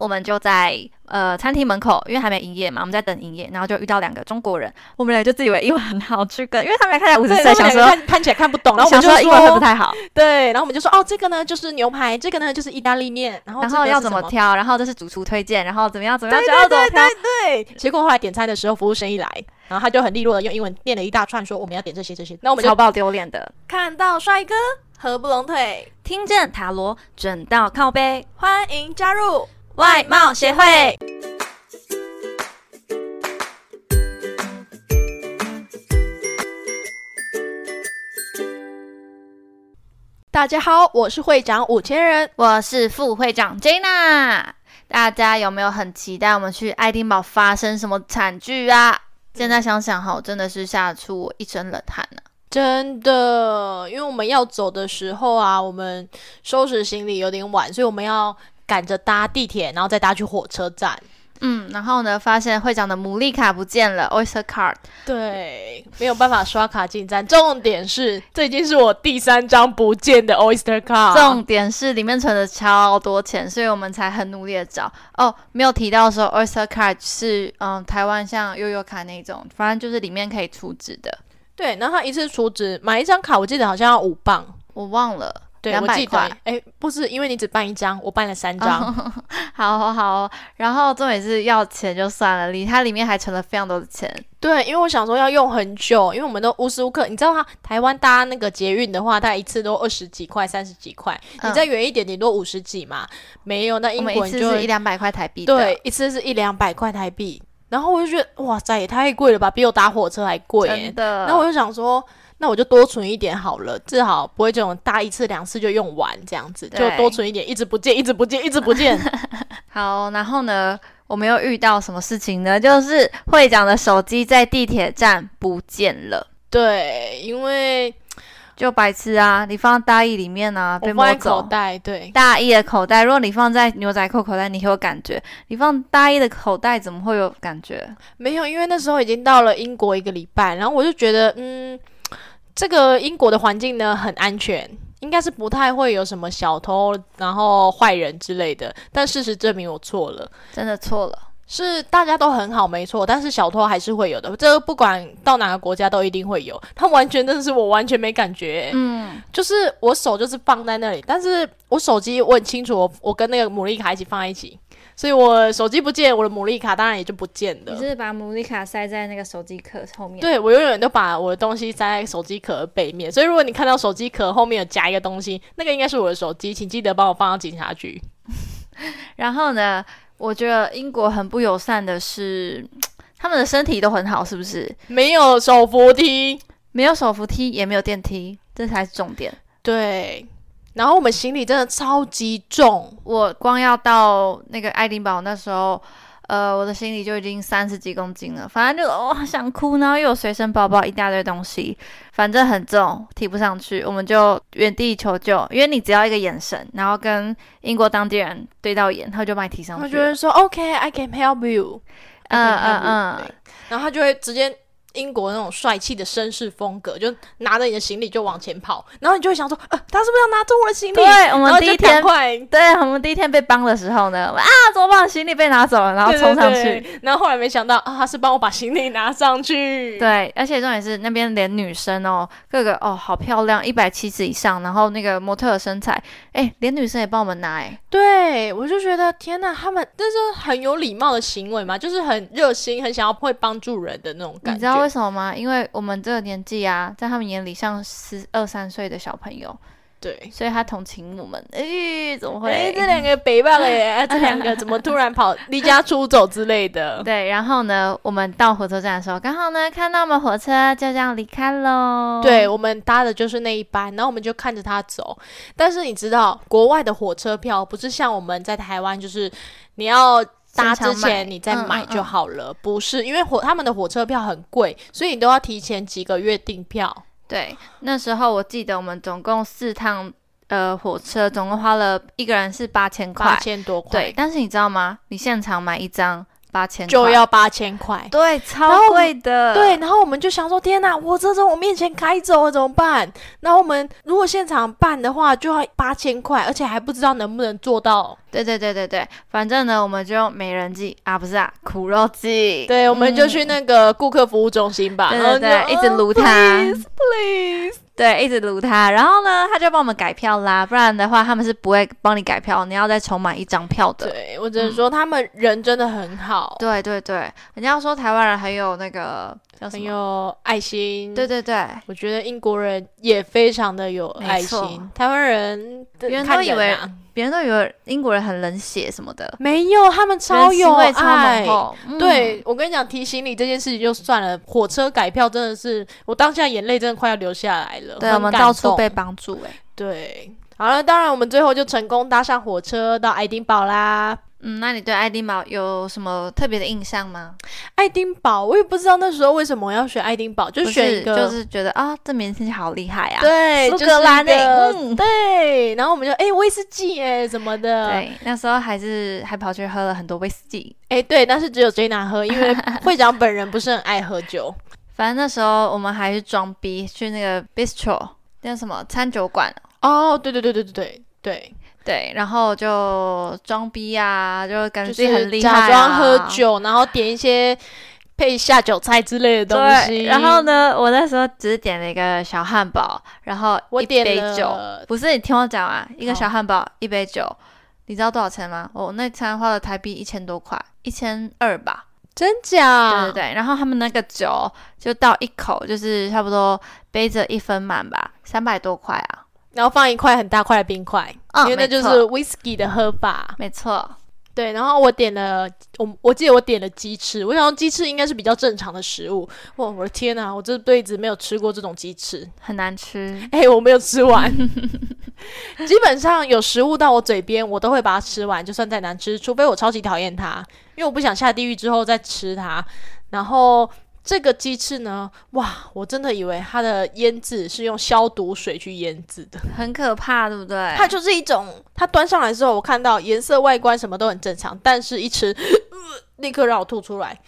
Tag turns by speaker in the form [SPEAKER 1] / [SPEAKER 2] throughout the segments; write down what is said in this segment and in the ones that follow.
[SPEAKER 1] 我们就在呃餐厅门口，因为还没营业嘛，我们在等营业，然后就遇到两个中国人，我们俩就自以为英文很好去跟，因为他们俩看起来五十
[SPEAKER 2] 对，
[SPEAKER 1] 岁，
[SPEAKER 2] 他
[SPEAKER 1] 想
[SPEAKER 2] 们两个
[SPEAKER 1] 说
[SPEAKER 2] 看看起来看不懂，然后我
[SPEAKER 1] 想
[SPEAKER 2] 们就
[SPEAKER 1] 说英文会不
[SPEAKER 2] 说
[SPEAKER 1] 太好，
[SPEAKER 2] 对，然后我们就说哦，这个呢就是牛排，这个呢就是意大利面，然后
[SPEAKER 1] 然
[SPEAKER 2] 哦这个
[SPEAKER 1] 后
[SPEAKER 2] 是
[SPEAKER 1] 要
[SPEAKER 2] 什
[SPEAKER 1] 怎么挑，然后这是主厨推荐，然后怎么样怎么样，
[SPEAKER 2] 对
[SPEAKER 1] 就要怎么挑，
[SPEAKER 2] 对，结果后来点餐的时候，服务生一来，然后他就很利落的用英文念了一大串，说我们要点这些这些。那我们就
[SPEAKER 1] 超爆丢脸的。
[SPEAKER 3] 看到帅哥合不拢腿，
[SPEAKER 1] 听见塔罗，准到靠背，
[SPEAKER 3] 欢迎加入
[SPEAKER 1] 外貌协会。
[SPEAKER 2] 大家好，我是会长五千人，
[SPEAKER 1] 我是副会长 Jana，大家有没有很期待我们去爱丁堡发生什么惨剧啊？现在想想哈，我真的是吓出我一身冷汗啊呢、
[SPEAKER 2] 真的，因为我们要走的时候啊，我们收拾行李有点晚，所以我们要赶着搭地铁，然后再搭去火车站。
[SPEAKER 1] 嗯，然后呢，发现会长的牡蛎卡不见了，Oyster Card。
[SPEAKER 2] 对，没有办法刷卡进站。重点是，这已经是我第三张不见的 Oyster Card。
[SPEAKER 1] 重点是里面存了超多钱，所以我们才很努力的找。哦，没有提到说 Oyster Card 是嗯台湾像悠悠卡那种，反正就是里面可以储值的，
[SPEAKER 2] 对，然后他一次储值买一张卡，我记得好像要五磅。
[SPEAKER 1] 我忘了。
[SPEAKER 2] 对，
[SPEAKER 1] 200
[SPEAKER 2] 我记得
[SPEAKER 1] 块。哦
[SPEAKER 2] 哎，不是，因为你只办一张，我办了三张。
[SPEAKER 1] 好好好哦，然后重点是要钱就算了，里它里面还存了非常多的钱。
[SPEAKER 2] 对，因为我想说要用很久，因为我们都无时无刻，你知道他台湾搭那个捷运的话，大概一次都二十几块、三十几块，
[SPEAKER 1] 嗯
[SPEAKER 2] 你再远一点，顶多五十几嘛。没有，那
[SPEAKER 1] 我
[SPEAKER 2] 英
[SPEAKER 1] 们一
[SPEAKER 2] 国
[SPEAKER 1] 次
[SPEAKER 2] 你就是
[SPEAKER 1] 一两百块台币的，
[SPEAKER 2] 对，一次是一两百块台币，然后我就觉得哇塞，也太贵了吧，比我搭火车还贵
[SPEAKER 1] 真
[SPEAKER 2] 耶。
[SPEAKER 1] 的。
[SPEAKER 2] 那我就想说，那我就多存一点好了，至少不会这种搭一次两次就用完这样子，就
[SPEAKER 1] 对
[SPEAKER 2] 多存一点，一直不见，一直不见，一直 不见。
[SPEAKER 1] 好，然后呢，我们又遇到什么事情呢？就是会长的手机在地铁站不见了。
[SPEAKER 2] 对，因为
[SPEAKER 1] 就白痴啊！你放大衣里面啊，
[SPEAKER 2] 我
[SPEAKER 1] 被
[SPEAKER 2] 放
[SPEAKER 1] 摸
[SPEAKER 2] 在口
[SPEAKER 1] 走。
[SPEAKER 2] 袋，对，
[SPEAKER 1] 大衣的口袋，如果你放在牛仔裤口袋，你会有感觉；你放大衣的口袋，怎么会有感觉？
[SPEAKER 2] 没有，因为那时候已经到了英国一个礼拜，然后我就觉得，嗯，这个英国的环境呢很安全，应该是不太会有什么小偷，然后坏人之类的。但事实证明我错了，
[SPEAKER 1] 真的错了，
[SPEAKER 2] 是大家都很好，没错，但是小偷还是会有的，这个不管到哪个国家都一定会有。他完全真的是我完全没感觉、
[SPEAKER 1] 嗯，
[SPEAKER 2] 就是我手就是放在那里，但是我手机我很清楚我，我跟那个牡蛎卡一起放在一起。所以我手机不见，我的牡蛎卡当然也就不见了。
[SPEAKER 1] 你是把牡蛎卡塞在那个手机壳后面，，
[SPEAKER 2] 对我永远都把我的东西塞在手机壳的背面，所以如果你看到手机壳后面有夹一个东西，那个应该是我的手机，请记得帮我放到警察局。
[SPEAKER 1] 然后呢，我觉得英国很不友善的是，他们的身体都很好，是不是？
[SPEAKER 2] 没有手扶梯，
[SPEAKER 1] 没有手扶梯，也没有电梯，这才是重点。
[SPEAKER 2] 对。然后我们行李真的超级重，
[SPEAKER 1] 我光要到那个爱丁堡那时候，呃，我的行李就已经三十几公斤了，反正就哦想哭，然后又有随身包包一大堆东西，反正很重，提不上去，我们就原地求救，因为你只要一个眼神，然后跟英国当地人对到眼，他就把你提上
[SPEAKER 2] 他
[SPEAKER 1] 去
[SPEAKER 2] 就
[SPEAKER 1] 了。
[SPEAKER 2] 会说 OK I can help you，I
[SPEAKER 1] 嗯
[SPEAKER 2] can help
[SPEAKER 1] 嗯
[SPEAKER 2] you，
[SPEAKER 1] 嗯
[SPEAKER 2] 对然后他就会直接英国那种帅气的绅士风格，就拿着你的行李就往前跑，然后你就会想说，呃，他是不是要拿走我的行李？
[SPEAKER 1] 对我们
[SPEAKER 2] 然后
[SPEAKER 1] 第一
[SPEAKER 2] 就
[SPEAKER 1] 天
[SPEAKER 2] 赶快
[SPEAKER 1] 对我们第一天被帮的时候呢，我们啊，怎么把行李被拿走了，然后
[SPEAKER 2] 对
[SPEAKER 1] 冲上去。
[SPEAKER 2] 对对然后后来没想到啊，他是帮我把行李拿上去。
[SPEAKER 1] 对，而且重点是那边连女生哦，各个哦好漂亮，一百七十以上，然后那个模特儿身材，哎，连女生也帮我们拿哎，
[SPEAKER 2] 对，我就觉得天呐，他们这是很有礼貌的行为嘛，就是很热心，很想要会帮助人的那种感
[SPEAKER 1] 你知道
[SPEAKER 2] 觉
[SPEAKER 1] 为。什么吗？因为我们这个年纪啊，在他们眼里像十二三岁的小朋友，
[SPEAKER 2] 对。
[SPEAKER 1] 所以他同情我们。哎，怎么会？
[SPEAKER 2] 哎，这两个北棒哎，啊这两个怎么突然跑离家出走之类的？
[SPEAKER 1] 对，然后呢，我们到火车站的时候，刚好呢看到我们火车就这样离开喽。
[SPEAKER 2] 对，我们搭的就是那一班，然后我们就看着他走。但是你知道，国外的火车票不是像我们在台湾，就是你要搭之
[SPEAKER 1] 现场买
[SPEAKER 2] 前你再
[SPEAKER 1] 嗯
[SPEAKER 2] 买
[SPEAKER 1] 嗯
[SPEAKER 2] 就
[SPEAKER 1] 嗯
[SPEAKER 2] 好了，不是因为火他们的火车票很贵，所以你都要提前几个月订票。
[SPEAKER 1] 对，那时候我记得我们总共四趟呃火车，总共花了一个人是八千
[SPEAKER 2] 八
[SPEAKER 1] 块。
[SPEAKER 2] 千多块，
[SPEAKER 1] 对，但是你知道吗？你现场买一张八千
[SPEAKER 2] 就
[SPEAKER 1] 块
[SPEAKER 2] 要八千块。
[SPEAKER 1] 对
[SPEAKER 2] 然后
[SPEAKER 1] 超
[SPEAKER 2] 我
[SPEAKER 1] 贵的，
[SPEAKER 2] 对，然后我们就想说，天哪，我这从我面前开走了怎么办？然后我们如果现场办的话，就要八千块，而且还不知道能不能做到。
[SPEAKER 1] 对对对对对，反正呢，我们就用美人计啊，不是啊，苦肉计，
[SPEAKER 2] 对，我们就去那个顾客服务中心吧，
[SPEAKER 1] 对
[SPEAKER 2] 然后
[SPEAKER 1] 嗯对
[SPEAKER 2] 就啊哦
[SPEAKER 1] 对，一直撸他。
[SPEAKER 2] please，
[SPEAKER 1] 对，一直撸他，然后呢，他就帮我们改票啦，不然的话他们是不会帮你改票，你要再重买一张票的。
[SPEAKER 2] 对我只能说他们人真的很好，
[SPEAKER 1] 对对对，人家说台湾人很有那个叫什
[SPEAKER 2] 很
[SPEAKER 1] 么？
[SPEAKER 2] 有爱心。
[SPEAKER 1] 对对对，
[SPEAKER 2] 我觉得英国人也非常的有
[SPEAKER 1] 没
[SPEAKER 2] 爱
[SPEAKER 1] 错
[SPEAKER 2] 心，台湾人
[SPEAKER 1] 别人都
[SPEAKER 2] 看
[SPEAKER 1] 以为
[SPEAKER 2] 啊
[SPEAKER 1] 别人都以为英国人很冷血什么的，
[SPEAKER 2] 没有，他们超
[SPEAKER 1] 人情
[SPEAKER 2] 有
[SPEAKER 1] 味超
[SPEAKER 2] 爱
[SPEAKER 1] 浓。厚。嗯
[SPEAKER 2] 对，我跟你讲，提行李这件事情就算了，火车改票真的是，我当下眼泪真的快要流下来了。
[SPEAKER 1] 对，
[SPEAKER 2] 很
[SPEAKER 1] 我们
[SPEAKER 2] 感
[SPEAKER 1] 到处
[SPEAKER 2] 动
[SPEAKER 1] 被帮助哎、
[SPEAKER 2] 对。好了，当然我们最后就成功搭上火车到爱丁堡啦。
[SPEAKER 1] 嗯，那你对爱丁堡有什么特别的印象吗？
[SPEAKER 2] 爱丁堡，我也不知道那时候为什么要选爱丁堡，就
[SPEAKER 1] 不
[SPEAKER 2] 选一
[SPEAKER 1] 是，
[SPEAKER 2] 个，
[SPEAKER 1] 就是觉得啊、这明星好厉害啊。
[SPEAKER 2] 对，
[SPEAKER 1] 苏
[SPEAKER 2] 就是
[SPEAKER 1] 格
[SPEAKER 2] 一
[SPEAKER 1] 兰
[SPEAKER 2] 个
[SPEAKER 1] 欸嗯
[SPEAKER 2] 对。然后我们就哎、威士忌哎、什么的，
[SPEAKER 1] 对，那时候还是还跑去喝了很多威士忌。
[SPEAKER 2] 哎、对，但是只有 Jenna 喝，因为会长本人不是很爱喝酒。
[SPEAKER 1] 反正那时候我们还是装逼去那个 bistro，那叫什么餐酒馆，
[SPEAKER 2] 哦，对对对对对对对，
[SPEAKER 1] 对，然后就装逼啊，就感觉
[SPEAKER 2] 就
[SPEAKER 1] 自己
[SPEAKER 2] 是
[SPEAKER 1] 很厉害、
[SPEAKER 2] 假
[SPEAKER 1] 啊，
[SPEAKER 2] 装喝酒，然后点一些配下酒菜之类的东西。
[SPEAKER 1] 对，然后？呢，我那时候只是点了一个小汉堡，然后
[SPEAKER 2] 我
[SPEAKER 1] 一
[SPEAKER 2] 点
[SPEAKER 1] 杯
[SPEAKER 2] 了
[SPEAKER 1] 酒，不是你听我讲啊，一个
[SPEAKER 2] 好
[SPEAKER 1] 小汉堡，一杯酒，你知道多少钱吗？我那餐花了台币一千多块，一千二吧。
[SPEAKER 2] 真假？
[SPEAKER 1] 对对对，然后他们那个酒就倒一口，就是差不多杯子一分满吧，三百多块啊。
[SPEAKER 2] 然后放一块很大块的冰块，
[SPEAKER 1] 嗯
[SPEAKER 2] 因为那
[SPEAKER 1] 没
[SPEAKER 2] 就是
[SPEAKER 1] 错
[SPEAKER 2] whisky 的喝法。
[SPEAKER 1] 没错，
[SPEAKER 2] 对，然后我点了，我我记得我点了鸡翅，我想说鸡翅应该是比较正常的食物。哇，我的天哪，我这辈子没有吃过这种鸡翅。
[SPEAKER 1] 很难吃。
[SPEAKER 2] 哎、我没有吃完。基本上有食物到我嘴边，我都会把它吃完，就算再难吃，除非我超级讨厌它，因为我不想下地狱之后再吃它。然后这个鸡翅呢，哇，我真的以为它的腌制是用消毒水去腌制的。
[SPEAKER 1] 很可怕，对不对？
[SPEAKER 3] 它就是一种
[SPEAKER 2] 它端上来之后，我看到颜色、外观什么都很正常，但是一吃，呃立刻让我吐出来。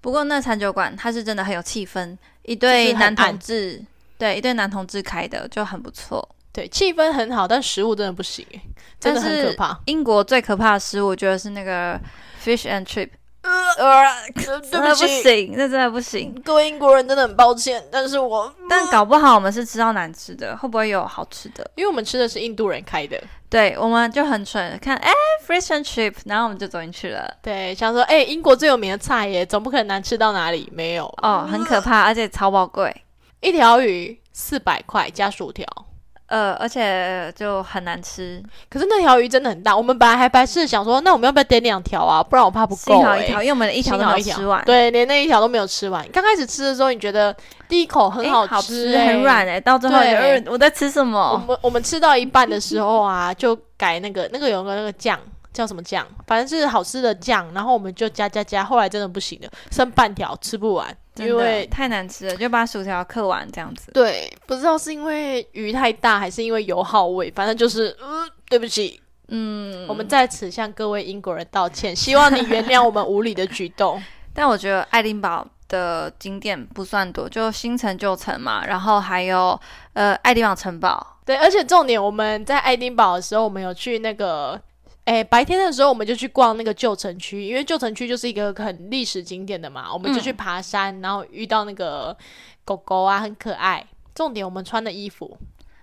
[SPEAKER 1] 不过那餐酒馆它是真的很有气氛，一对
[SPEAKER 2] 就是很
[SPEAKER 1] 男
[SPEAKER 2] 暗
[SPEAKER 1] 同志，对一对男同志开的就很不错。
[SPEAKER 2] 对，气氛很好，但食物真的不行，哎真的
[SPEAKER 1] 但
[SPEAKER 2] 很
[SPEAKER 1] 是
[SPEAKER 2] 可怕。
[SPEAKER 1] 英国最可怕的食物，我觉得是那个 fish and chip，
[SPEAKER 3] 呃，
[SPEAKER 1] 真
[SPEAKER 3] 对
[SPEAKER 1] 的
[SPEAKER 3] 不
[SPEAKER 1] 不
[SPEAKER 3] 起，
[SPEAKER 1] 行，那真的不行。
[SPEAKER 3] 各位英国人真的很抱歉，但是我嗯
[SPEAKER 1] 但搞不好我们是吃到难吃的，会不会有好吃的？
[SPEAKER 2] 因为我们吃的是印度人开的，
[SPEAKER 1] 对，我们就很蠢，看哎 fish and chip，然后我们就走进去了。
[SPEAKER 2] 对，想说，哎、英国最有名的菜耶，总不可能难吃到哪里。没有，嗯
[SPEAKER 1] 哦，很可怕，而且超宝贵，
[SPEAKER 2] 一条鱼四百块加薯条，
[SPEAKER 1] 呃，而且就很难吃。
[SPEAKER 2] 可是那条鱼真的很大。我们本来还白痴地想说，那我们要不要点两条啊？不然我怕不
[SPEAKER 1] 幸
[SPEAKER 2] 够、
[SPEAKER 1] 好
[SPEAKER 2] 哎，
[SPEAKER 1] 一条，因为我们一条都没有
[SPEAKER 2] 幸好
[SPEAKER 1] 吃完。
[SPEAKER 2] 对，连那一条都没有吃完。刚开始吃的时候，你觉得第一口很
[SPEAKER 1] 诶
[SPEAKER 2] 吃，
[SPEAKER 1] 吃，
[SPEAKER 2] 哎
[SPEAKER 1] 很软。哎、到最后
[SPEAKER 2] 对
[SPEAKER 1] 就呃我在吃什
[SPEAKER 2] 我
[SPEAKER 1] 么？
[SPEAKER 2] 们我们吃到一半的时候啊，就改那个那个有个那个酱。叫什么酱？反正是好吃的酱，然后我们就加加加，后来真的不行了，剩半条吃不完，
[SPEAKER 1] 真的
[SPEAKER 2] 因为
[SPEAKER 1] 太难吃了，就把薯条嗑完这样子。
[SPEAKER 2] 对，不知道是因为鱼太大，还是因为油耗味，反正就是，呃，对不起，
[SPEAKER 1] 嗯，
[SPEAKER 2] 我们在此向各位英国人道歉，希望你原谅我们无理的举动。
[SPEAKER 1] 但我觉得爱丁堡的景点不算多，就新城旧城嘛，然后还有呃爱丁堡城堡。
[SPEAKER 2] 对，而且重点，我们在爱丁堡的时候，我们有去那个。哎，白天的时候我们就去逛那个旧城区，因为旧城区就是一个很历史景点的嘛，我们就去爬山，然后遇到那个狗狗啊，很可爱。重点我们穿的衣服，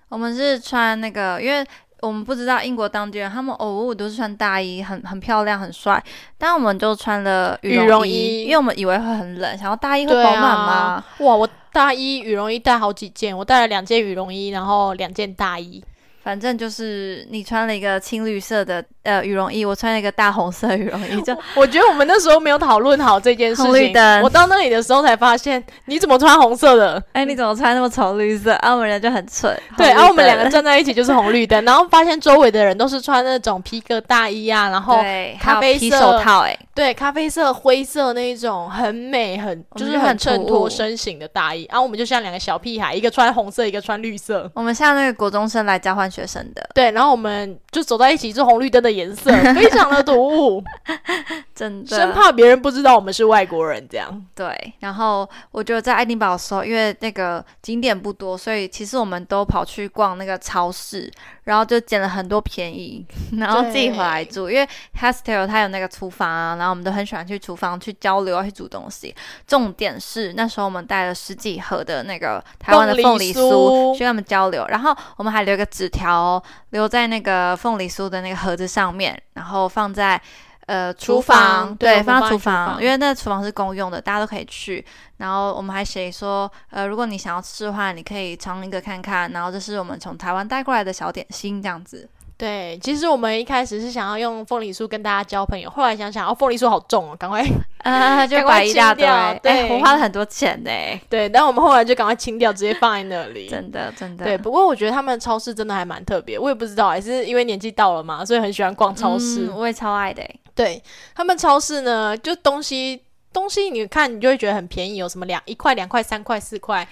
[SPEAKER 1] 我们是穿那个，因为我们不知道英国当地人，他们偶尔都是穿大衣，很很漂亮，很帅。但我们就穿了羽
[SPEAKER 2] 羽
[SPEAKER 1] 绒
[SPEAKER 2] 绒
[SPEAKER 1] 衣，
[SPEAKER 2] 衣
[SPEAKER 1] 因为我们以为会很冷，想要大衣会
[SPEAKER 2] 对
[SPEAKER 1] 保暖
[SPEAKER 2] 啊
[SPEAKER 1] 吗？，
[SPEAKER 2] 哇，我大衣羽绒衣带好几件，我带了两件羽绒衣，然后两件大衣。
[SPEAKER 1] 反正就是你穿了一个青绿色的呃羽绒衣，我穿了一个大红色羽绒衣， 就
[SPEAKER 2] 我觉得我们那时候没有讨论好这件事
[SPEAKER 1] 红绿
[SPEAKER 2] 情
[SPEAKER 1] 灯。
[SPEAKER 2] 我到那里的时候才发现，你怎么穿红色的？
[SPEAKER 1] 哎、你怎么穿那么丑绿色？啊澳门人就很蠢。
[SPEAKER 2] 对，
[SPEAKER 1] 红绿
[SPEAKER 2] 啊然后我们两个
[SPEAKER 1] 灯
[SPEAKER 2] 站在一起就是红绿灯，然后发现周围的人都是穿那种皮革大衣啊，然后
[SPEAKER 1] 对
[SPEAKER 2] 咖
[SPEAKER 1] 还有
[SPEAKER 2] 啡
[SPEAKER 1] 皮
[SPEAKER 2] 色
[SPEAKER 1] 手套、哎，
[SPEAKER 2] 对咖啡色、灰色那一种很美、很
[SPEAKER 1] 我
[SPEAKER 2] 就
[SPEAKER 1] 们
[SPEAKER 2] 是
[SPEAKER 1] 就
[SPEAKER 2] 很
[SPEAKER 1] 很
[SPEAKER 2] 衬
[SPEAKER 1] 突
[SPEAKER 2] 托
[SPEAKER 1] 兀
[SPEAKER 2] 身形的大衣。然后我们就像两个小屁孩，一个穿红色，一个穿绿色。
[SPEAKER 1] 我们像那个国中生来交换学生的，
[SPEAKER 2] 对，然后我们就走在一起，是红绿灯的颜色，非常的突兀。啊
[SPEAKER 1] 真的
[SPEAKER 2] 生怕别人不知道我们是外国人这样。
[SPEAKER 1] 对，然后我觉得在爱丁堡的时候，因为那个景点不多，所以其实我们都跑去逛那个超市，然后就捡了很多便宜， 然后自己回来煮。因为 hostel 它有那个厨房啊，然后我们都很喜欢去厨房去交流啊，去煮东西。重点是那时候我们带了十几盒的那个台湾的凤
[SPEAKER 2] 凤
[SPEAKER 1] 梨
[SPEAKER 2] 梨
[SPEAKER 1] 酥
[SPEAKER 2] 酥
[SPEAKER 1] 去跟他们交流，然后我们还留一个纸条、哦，留在那个凤梨酥的那个盒子上面，然后放在呃厨
[SPEAKER 2] 厨
[SPEAKER 1] 房，
[SPEAKER 2] 房对
[SPEAKER 1] 对，
[SPEAKER 2] 我们
[SPEAKER 1] 放在
[SPEAKER 2] 放在
[SPEAKER 1] 厨
[SPEAKER 2] 厨
[SPEAKER 1] 房，
[SPEAKER 2] 房
[SPEAKER 1] 因为那厨房是公用的，大家都可以去。然后我们还写说，呃，如果你想要吃的话，你可以尝一个看看。然后这是我们从台湾带过来的小点心，这样子。
[SPEAKER 2] 对，其实我们一开始是想要用凤梨酥跟大家交朋友，后来想想，哦，凤梨酥好重哦，赶快
[SPEAKER 1] 啊， 就
[SPEAKER 2] 赶快
[SPEAKER 1] 摆一
[SPEAKER 2] 清
[SPEAKER 1] 大堆，
[SPEAKER 2] 掉
[SPEAKER 1] 哎、
[SPEAKER 2] 对
[SPEAKER 1] 我花了很多钱呢、
[SPEAKER 2] 对，但我们后来就赶快清掉，直接放在那里。
[SPEAKER 1] 真的真的。
[SPEAKER 2] 对，不过我觉得他们超市真的还蛮特别，我也不知道，还是因为年纪到了嘛，所以很喜欢逛超市。
[SPEAKER 1] 嗯我也超爱的、哎
[SPEAKER 2] 对他们超市呢，就东西东西，你看你就会觉得很便宜，有什么两一块、两块、三块、四块，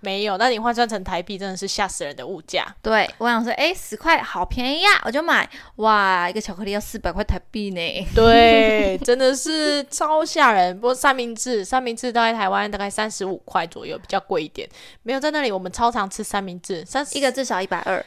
[SPEAKER 2] 没有，那你换算成台币真的是吓死人的物价。
[SPEAKER 1] 对，我想说，哎、十块好便宜呀、啊我就买。哇，一个巧克力要四百块台币呢。
[SPEAKER 2] 对，真的是超吓人。不过三明治，三明治大概台湾大概三十五块左右，比较贵一点。没有在那里，我们超常吃三明治，三十
[SPEAKER 1] 一个至少一百二。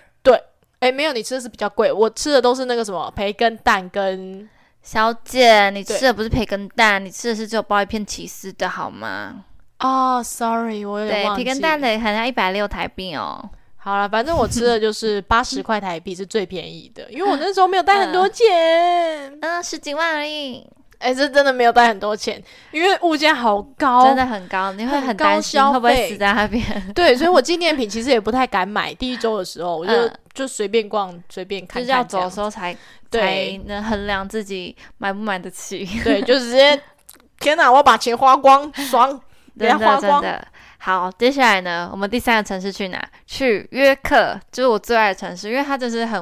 [SPEAKER 2] 哎，没有你吃的是比较贵，我吃的都是那个什么培根蛋跟
[SPEAKER 1] 小姐，你
[SPEAKER 2] 对
[SPEAKER 1] 吃的不是培根蛋，你吃的是只有包一片起司的好吗？
[SPEAKER 2] 哦，sorry，我有点
[SPEAKER 1] 对，
[SPEAKER 2] 忘记
[SPEAKER 1] 培根蛋。的好像一百六台币哦。
[SPEAKER 2] 好了，反正我吃的就是八十块台币是最便宜的，因为我那时候没有带很多钱，
[SPEAKER 1] 嗯，十几万而已，
[SPEAKER 2] 嗯哎、这真的没有带很多钱，因为物价好高，
[SPEAKER 1] 真的很高，你会
[SPEAKER 2] 很
[SPEAKER 1] 很
[SPEAKER 2] 高
[SPEAKER 1] 担心
[SPEAKER 2] 消
[SPEAKER 1] 会不会
[SPEAKER 2] 费
[SPEAKER 1] 死在那边，
[SPEAKER 2] 对，所以我纪念品其实也不太敢买。第一周的时候，我就、
[SPEAKER 1] 嗯
[SPEAKER 2] 就随便逛，随便
[SPEAKER 1] 就
[SPEAKER 2] 看看
[SPEAKER 1] 是要
[SPEAKER 2] 这
[SPEAKER 1] 走
[SPEAKER 2] 样
[SPEAKER 1] 的时候才 才
[SPEAKER 2] 对
[SPEAKER 1] 能衡量自己买不买得 起。
[SPEAKER 2] 对，就直接，天哪，我要把钱花光，爽！
[SPEAKER 1] 真
[SPEAKER 2] 等下
[SPEAKER 1] 的
[SPEAKER 2] 花
[SPEAKER 1] 真
[SPEAKER 2] 光
[SPEAKER 1] 的。好，接下来呢，我们第三个城市去哪？去约克，就是我最爱的城市，因为它就是很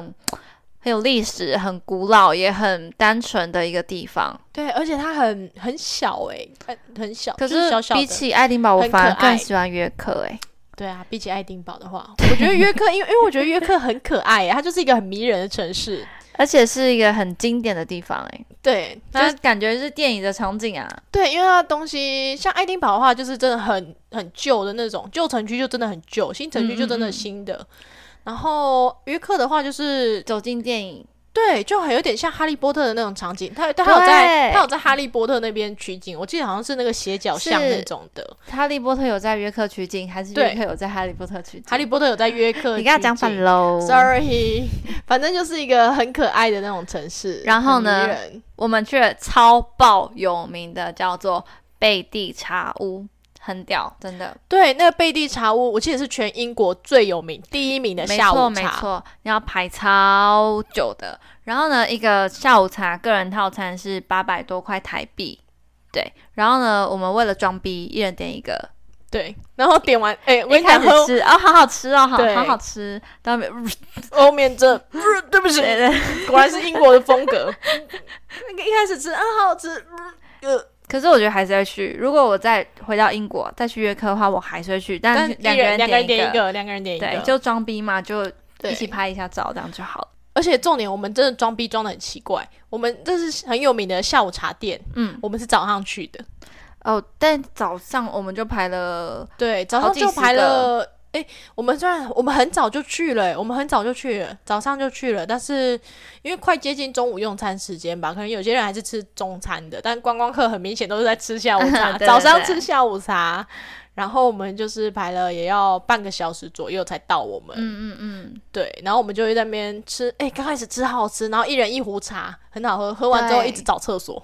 [SPEAKER 1] 很有历史、很古老、也很单纯的一个地方。
[SPEAKER 2] 对，而且它很很小哎、很很小，
[SPEAKER 1] 可
[SPEAKER 2] 就是小小
[SPEAKER 1] 比
[SPEAKER 2] 的。
[SPEAKER 1] 起爱丁堡，我
[SPEAKER 2] 很
[SPEAKER 1] 反而
[SPEAKER 2] 可
[SPEAKER 1] 更
[SPEAKER 2] 爱
[SPEAKER 1] 喜欢约克、欸。
[SPEAKER 2] 对啊，比起爱丁堡的话，我觉得约克，因为因为我觉得约克很可爱、欸，它就是一个很迷人的城市。
[SPEAKER 1] 而且是一个很经典的地方、欸，
[SPEAKER 2] 对，
[SPEAKER 1] 哎，
[SPEAKER 2] 它
[SPEAKER 1] 就是感觉是电影的场景啊。
[SPEAKER 2] 对，因为它的东西像爱丁堡的话，就是真的很很旧的那种，旧城区就真的很旧，新城区就
[SPEAKER 1] 嗯
[SPEAKER 2] 真
[SPEAKER 1] 嗯嗯
[SPEAKER 2] 的新的。然后约克的话，就是
[SPEAKER 1] 走进电影，
[SPEAKER 2] 对，就很有点像哈利波特的那种场景。他他有在
[SPEAKER 1] 对
[SPEAKER 2] 他有在哈利波特那边取景，我记得好像是那个斜角巷
[SPEAKER 1] 是
[SPEAKER 2] 那种的。
[SPEAKER 1] 《哈利波特》有在约克取景，还是约
[SPEAKER 2] 对
[SPEAKER 1] 克有在《哈利波特》取景？
[SPEAKER 2] 哈利波特有在约克，
[SPEAKER 1] 你跟他讲反。喽。
[SPEAKER 2] Sorry，反 正就是一个很可爱的那种城市。
[SPEAKER 1] 然后
[SPEAKER 2] 很迷
[SPEAKER 1] 呢
[SPEAKER 2] 人
[SPEAKER 1] 我们去了超爆有名的叫做贝蒂茶屋，很屌，真的，
[SPEAKER 2] 对，那个贝蒂茶屋，我记得是全英国最有名第一名的
[SPEAKER 1] 没
[SPEAKER 2] 下
[SPEAKER 1] 错
[SPEAKER 2] 午
[SPEAKER 1] 没
[SPEAKER 2] 茶。
[SPEAKER 1] 错，你要排超久的。然后呢，一个下午茶个人套餐是八百多块台币，对。然后呢，我们为了装逼，一人点一个，
[SPEAKER 2] 对，然后点完，哎，我跟
[SPEAKER 1] 一
[SPEAKER 2] 你
[SPEAKER 1] 开
[SPEAKER 2] 讲，
[SPEAKER 1] 始
[SPEAKER 2] 喝
[SPEAKER 1] 吃哦，好好吃哦，好
[SPEAKER 2] 对
[SPEAKER 1] 好好吃，到没？
[SPEAKER 2] 后 面这，不是对不起，
[SPEAKER 1] 对对
[SPEAKER 2] 果然是英国的风格。那个一开始吃啊，好好吃，
[SPEAKER 1] 可是我觉得还是会去。如果我再回到英国再去约克的话，我还是会去，但
[SPEAKER 2] 但
[SPEAKER 1] 是
[SPEAKER 2] 一
[SPEAKER 1] 两个
[SPEAKER 2] 人两个人
[SPEAKER 1] 点
[SPEAKER 2] 点一个，两个人点一个，
[SPEAKER 1] 对，就装逼嘛，就
[SPEAKER 2] 对
[SPEAKER 1] 一起拍一下照，这样就好了。
[SPEAKER 2] 而且重点，我们真的装逼装的很奇怪。我们这是很有名的下午茶店，
[SPEAKER 1] 嗯，
[SPEAKER 2] 我们是早上去的，
[SPEAKER 1] 哦，但早上我们就排了，
[SPEAKER 2] 对，早
[SPEAKER 1] 好
[SPEAKER 2] 上
[SPEAKER 1] 几
[SPEAKER 2] 就
[SPEAKER 1] 十
[SPEAKER 2] 排
[SPEAKER 1] 个
[SPEAKER 2] 了。诶，我们虽然我们很早就去了、我们很早就去了，早上就去了，但是因为快接近中午用餐时间吧，可能有些人还是吃中餐的，但观光客很明显都是在吃下午茶，
[SPEAKER 1] 对对
[SPEAKER 2] 早上
[SPEAKER 1] 对
[SPEAKER 2] 吃下午茶，然后我们就是排了也要半个小时左右才到我们，
[SPEAKER 1] 嗯嗯嗯，
[SPEAKER 2] 对，然后我们就会在那边吃，哎、刚开始吃好吃，然后一人一壶茶，很好喝，喝完之后
[SPEAKER 1] 对
[SPEAKER 2] 一直找厕所，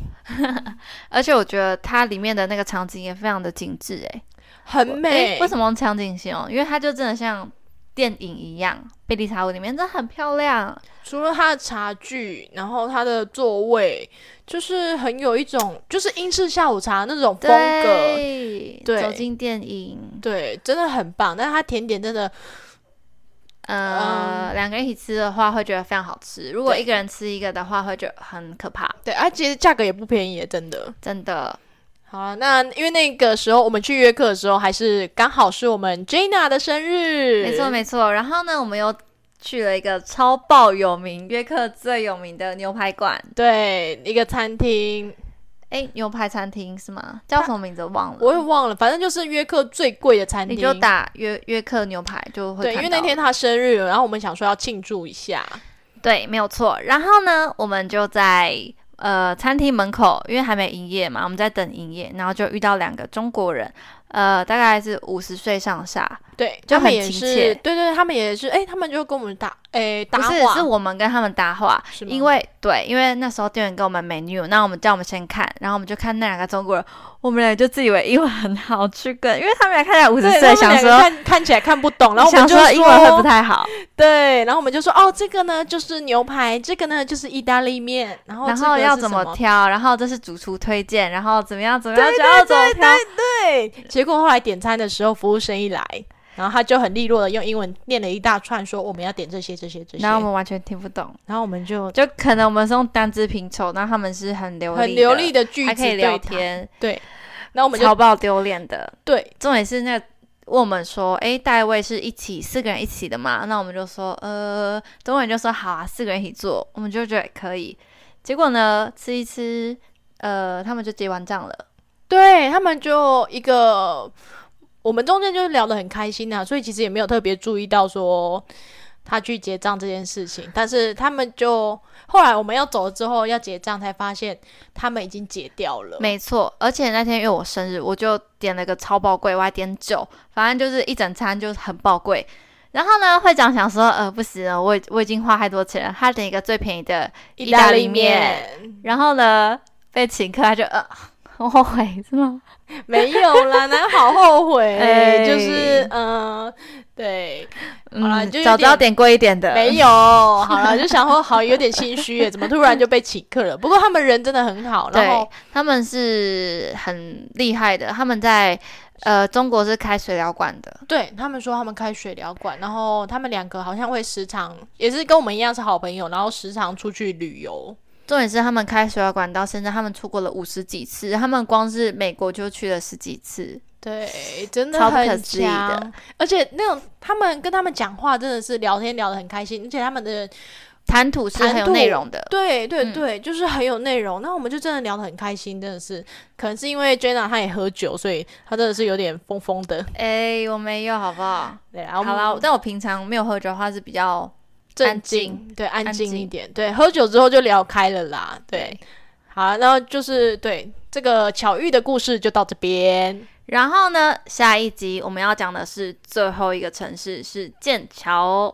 [SPEAKER 1] 而且我觉得它里面的那个场景也非常的精致、诶。
[SPEAKER 2] 很
[SPEAKER 1] 哎，
[SPEAKER 2] 美。
[SPEAKER 1] 为什么用场景形容？因为它就真的像电影一样，贝蒂茶屋里面真的很漂亮，
[SPEAKER 2] 除了它的茶具，然后它的座位，就是很有一种就是英式下午茶那种风格，
[SPEAKER 1] 对，
[SPEAKER 2] 对
[SPEAKER 1] 走进电影，
[SPEAKER 2] 对，真的很棒。但是它甜点真的
[SPEAKER 1] 呃，两个人一起吃的话会觉得非常好吃，如果
[SPEAKER 2] 嗯对
[SPEAKER 1] 一个人吃一个的话，会觉得很可怕，
[SPEAKER 2] 对，而、啊、其实价格也不便宜，真的。
[SPEAKER 1] 真的。
[SPEAKER 2] 好啊，那因为那个时候我们去约克的时候，还是刚好是我们 Jana 的生日，
[SPEAKER 1] 没错没错。然后呢，我们又去了一个超爆有名、约克最有名的牛排馆，
[SPEAKER 2] 对，一个餐厅，
[SPEAKER 1] 哎，牛排餐厅是吗？叫什么名字忘了？
[SPEAKER 2] 我也忘了，反正就是约克最贵的餐
[SPEAKER 1] 你
[SPEAKER 2] 厅。
[SPEAKER 1] 就打约约克牛排就会
[SPEAKER 2] 对，因
[SPEAKER 1] 看
[SPEAKER 2] 为那
[SPEAKER 1] 到
[SPEAKER 2] 天他生日了，然后我们想说要庆祝一下。
[SPEAKER 1] 对，没有错。然后呢，我们就在呃餐厅门口，因为还没营业嘛，我们在等营业，然后就遇到两个中国人，呃，大概是五十岁上下，
[SPEAKER 2] 对，
[SPEAKER 1] 就
[SPEAKER 2] 他们
[SPEAKER 1] 很
[SPEAKER 2] 也
[SPEAKER 1] 亲
[SPEAKER 2] 是，
[SPEAKER 1] 切
[SPEAKER 2] 对对对，他们也是，哎、他们就跟我们打，哎、打
[SPEAKER 1] 不是
[SPEAKER 2] 话，
[SPEAKER 1] 是我们跟他们搭话，
[SPEAKER 2] 是吗
[SPEAKER 1] 因为对，因为那时候店员给我们 menu，那我们叫我们先看，然后我们就看那两个中国人，我们俩就自以为英文很好去跟，因为他们俩看起来五十
[SPEAKER 2] 对
[SPEAKER 1] 岁，
[SPEAKER 2] 他
[SPEAKER 1] 想
[SPEAKER 2] 们两
[SPEAKER 1] 说
[SPEAKER 2] 个看看起来看不懂，然后我们
[SPEAKER 1] 想
[SPEAKER 2] 就
[SPEAKER 1] 说英文会不太好，
[SPEAKER 2] 对，然后我们就说哦，这个呢就是牛排，这个呢就是意大利面，然后
[SPEAKER 1] 然
[SPEAKER 2] 哦这个
[SPEAKER 1] 后要
[SPEAKER 2] 是
[SPEAKER 1] 怎
[SPEAKER 2] 什么
[SPEAKER 1] 么挑，然后这是主厨推荐，然后怎么样怎么样，就要怎么挑，
[SPEAKER 2] 对，结果后来点餐的时候，服务生一来，然后他就很利落的用英文念了一大串，说我们要点这些这些这些，
[SPEAKER 1] 然后我们完全听不懂。
[SPEAKER 2] 然后我们就
[SPEAKER 1] 就可能我们是用单字拼凑，然后他们是很流利的、
[SPEAKER 2] 很流利的句
[SPEAKER 1] 还
[SPEAKER 2] 子
[SPEAKER 1] 可以
[SPEAKER 2] 对
[SPEAKER 1] 聊
[SPEAKER 2] 谈，
[SPEAKER 1] 天，
[SPEAKER 2] 然后我们
[SPEAKER 1] 超
[SPEAKER 2] 就
[SPEAKER 1] 爆丢脸的。
[SPEAKER 2] 对
[SPEAKER 1] 重点是那个问我们说：“诶，大卫是一起四个人一起的嘛？”那我们就说：“呃，中文就说好啊，四个人一起做。”我们就觉得可以。结果呢，吃一吃，呃，他们就结完账了。
[SPEAKER 2] 对，他们就一个，我们中间就聊得很开心啊，所以其实也没有特别注意到说。他去结账这件事情，但是他们就后来我们要走了之后要结账，才发现他们已经结掉了。
[SPEAKER 1] 没错，而且那天因为我生日，我就点了个超爆贵，我还点酒，反正就是一整餐就是很爆贵。然后呢，会长想说，呃，不行了，我已我已经花太多钱了，他点一个最便宜的
[SPEAKER 2] 意大利
[SPEAKER 1] 利
[SPEAKER 2] 面
[SPEAKER 1] 然后呢，被请客，他就呃，很后悔是吗？
[SPEAKER 2] 没有啦，哪有好后悔、
[SPEAKER 1] 哎
[SPEAKER 2] 就是嗯、呃对，好啦就
[SPEAKER 1] 嗯
[SPEAKER 2] 有
[SPEAKER 1] 早知道
[SPEAKER 2] 点
[SPEAKER 1] 点贵一点的，
[SPEAKER 2] 没有，好了，就想说好有点心虚耶，怎么突然就被请客了？不过他们人真的很好，然
[SPEAKER 1] 对
[SPEAKER 2] 后，
[SPEAKER 1] 他们是很厉害的，他们在呃中国是开水疗馆的，
[SPEAKER 2] 对他们说他们开水疗馆，然后他们两个好像会时常也是跟我们一样是好朋友，然后时常出去旅游。
[SPEAKER 1] 重点是他们开水疗馆到现在，他们出国了五十几次，他们光是美国就去了十几次，
[SPEAKER 2] 对，真的
[SPEAKER 1] 超不可
[SPEAKER 2] 很
[SPEAKER 1] 思议的
[SPEAKER 2] 强，而且那种他们跟他们讲话真的是聊天聊得很开心，而且他们的
[SPEAKER 1] 谈吐是
[SPEAKER 2] 谈
[SPEAKER 1] 很有
[SPEAKER 2] 吐
[SPEAKER 1] 内容的，
[SPEAKER 2] 对对
[SPEAKER 1] 嗯
[SPEAKER 2] 对，就是很有内容。那我们就真的聊得很开心，真的是，可能是因为 Jenna 她也喝酒，所以她真的是有点疯疯的。
[SPEAKER 1] 哎、我没有好不好？
[SPEAKER 2] 对啦，
[SPEAKER 1] 好
[SPEAKER 2] 我们
[SPEAKER 1] 啦，但我平常没有喝酒的话是比较
[SPEAKER 2] 镇
[SPEAKER 1] 安
[SPEAKER 2] 静，对，安
[SPEAKER 1] 安
[SPEAKER 2] 静一
[SPEAKER 1] 静
[SPEAKER 2] 点，对，喝酒之后就聊开了啦，对。好，然后就是对这个巧遇的故事就到这边。
[SPEAKER 1] 然后呢，下一集我们要讲的是最后一个城市是剑桥。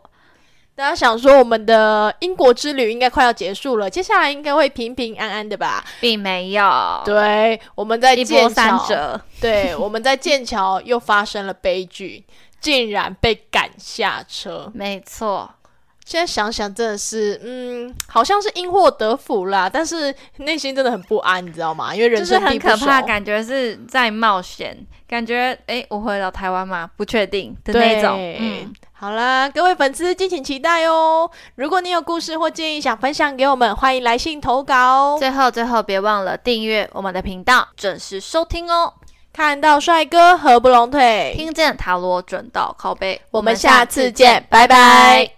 [SPEAKER 2] 大家想说我们的英国之旅应该快要结束了，接下来应该会平平安安的吧？
[SPEAKER 1] 并没有，
[SPEAKER 2] 对，我们在
[SPEAKER 1] 一波
[SPEAKER 2] 剑
[SPEAKER 1] 三
[SPEAKER 2] 桥，
[SPEAKER 1] 折。
[SPEAKER 2] 对，我们在剑桥又发生了悲剧，竟然被赶下车。
[SPEAKER 1] 没错，
[SPEAKER 2] 现在想想真的是，嗯，好像是因祸得福啦，但是内心真的很不安，你知道吗？因为
[SPEAKER 1] 就
[SPEAKER 2] 人
[SPEAKER 1] 是
[SPEAKER 2] 生
[SPEAKER 1] 很
[SPEAKER 2] 地不
[SPEAKER 1] 可
[SPEAKER 2] 熟
[SPEAKER 1] 怕，感觉是在冒险，感觉诶，我回到台湾嘛，不确定的那
[SPEAKER 2] 对
[SPEAKER 1] 种。嗯，
[SPEAKER 2] 好啦，各位粉丝敬请期待哦！如果你有故事或建议想分享给我们，欢迎来信投稿哦。
[SPEAKER 1] 最后最后别忘了订阅我们的频道，准时收听哦。
[SPEAKER 2] 看到帅哥合不拢腿，
[SPEAKER 1] 听见塔罗准到靠背，
[SPEAKER 2] 我们下次见，拜拜。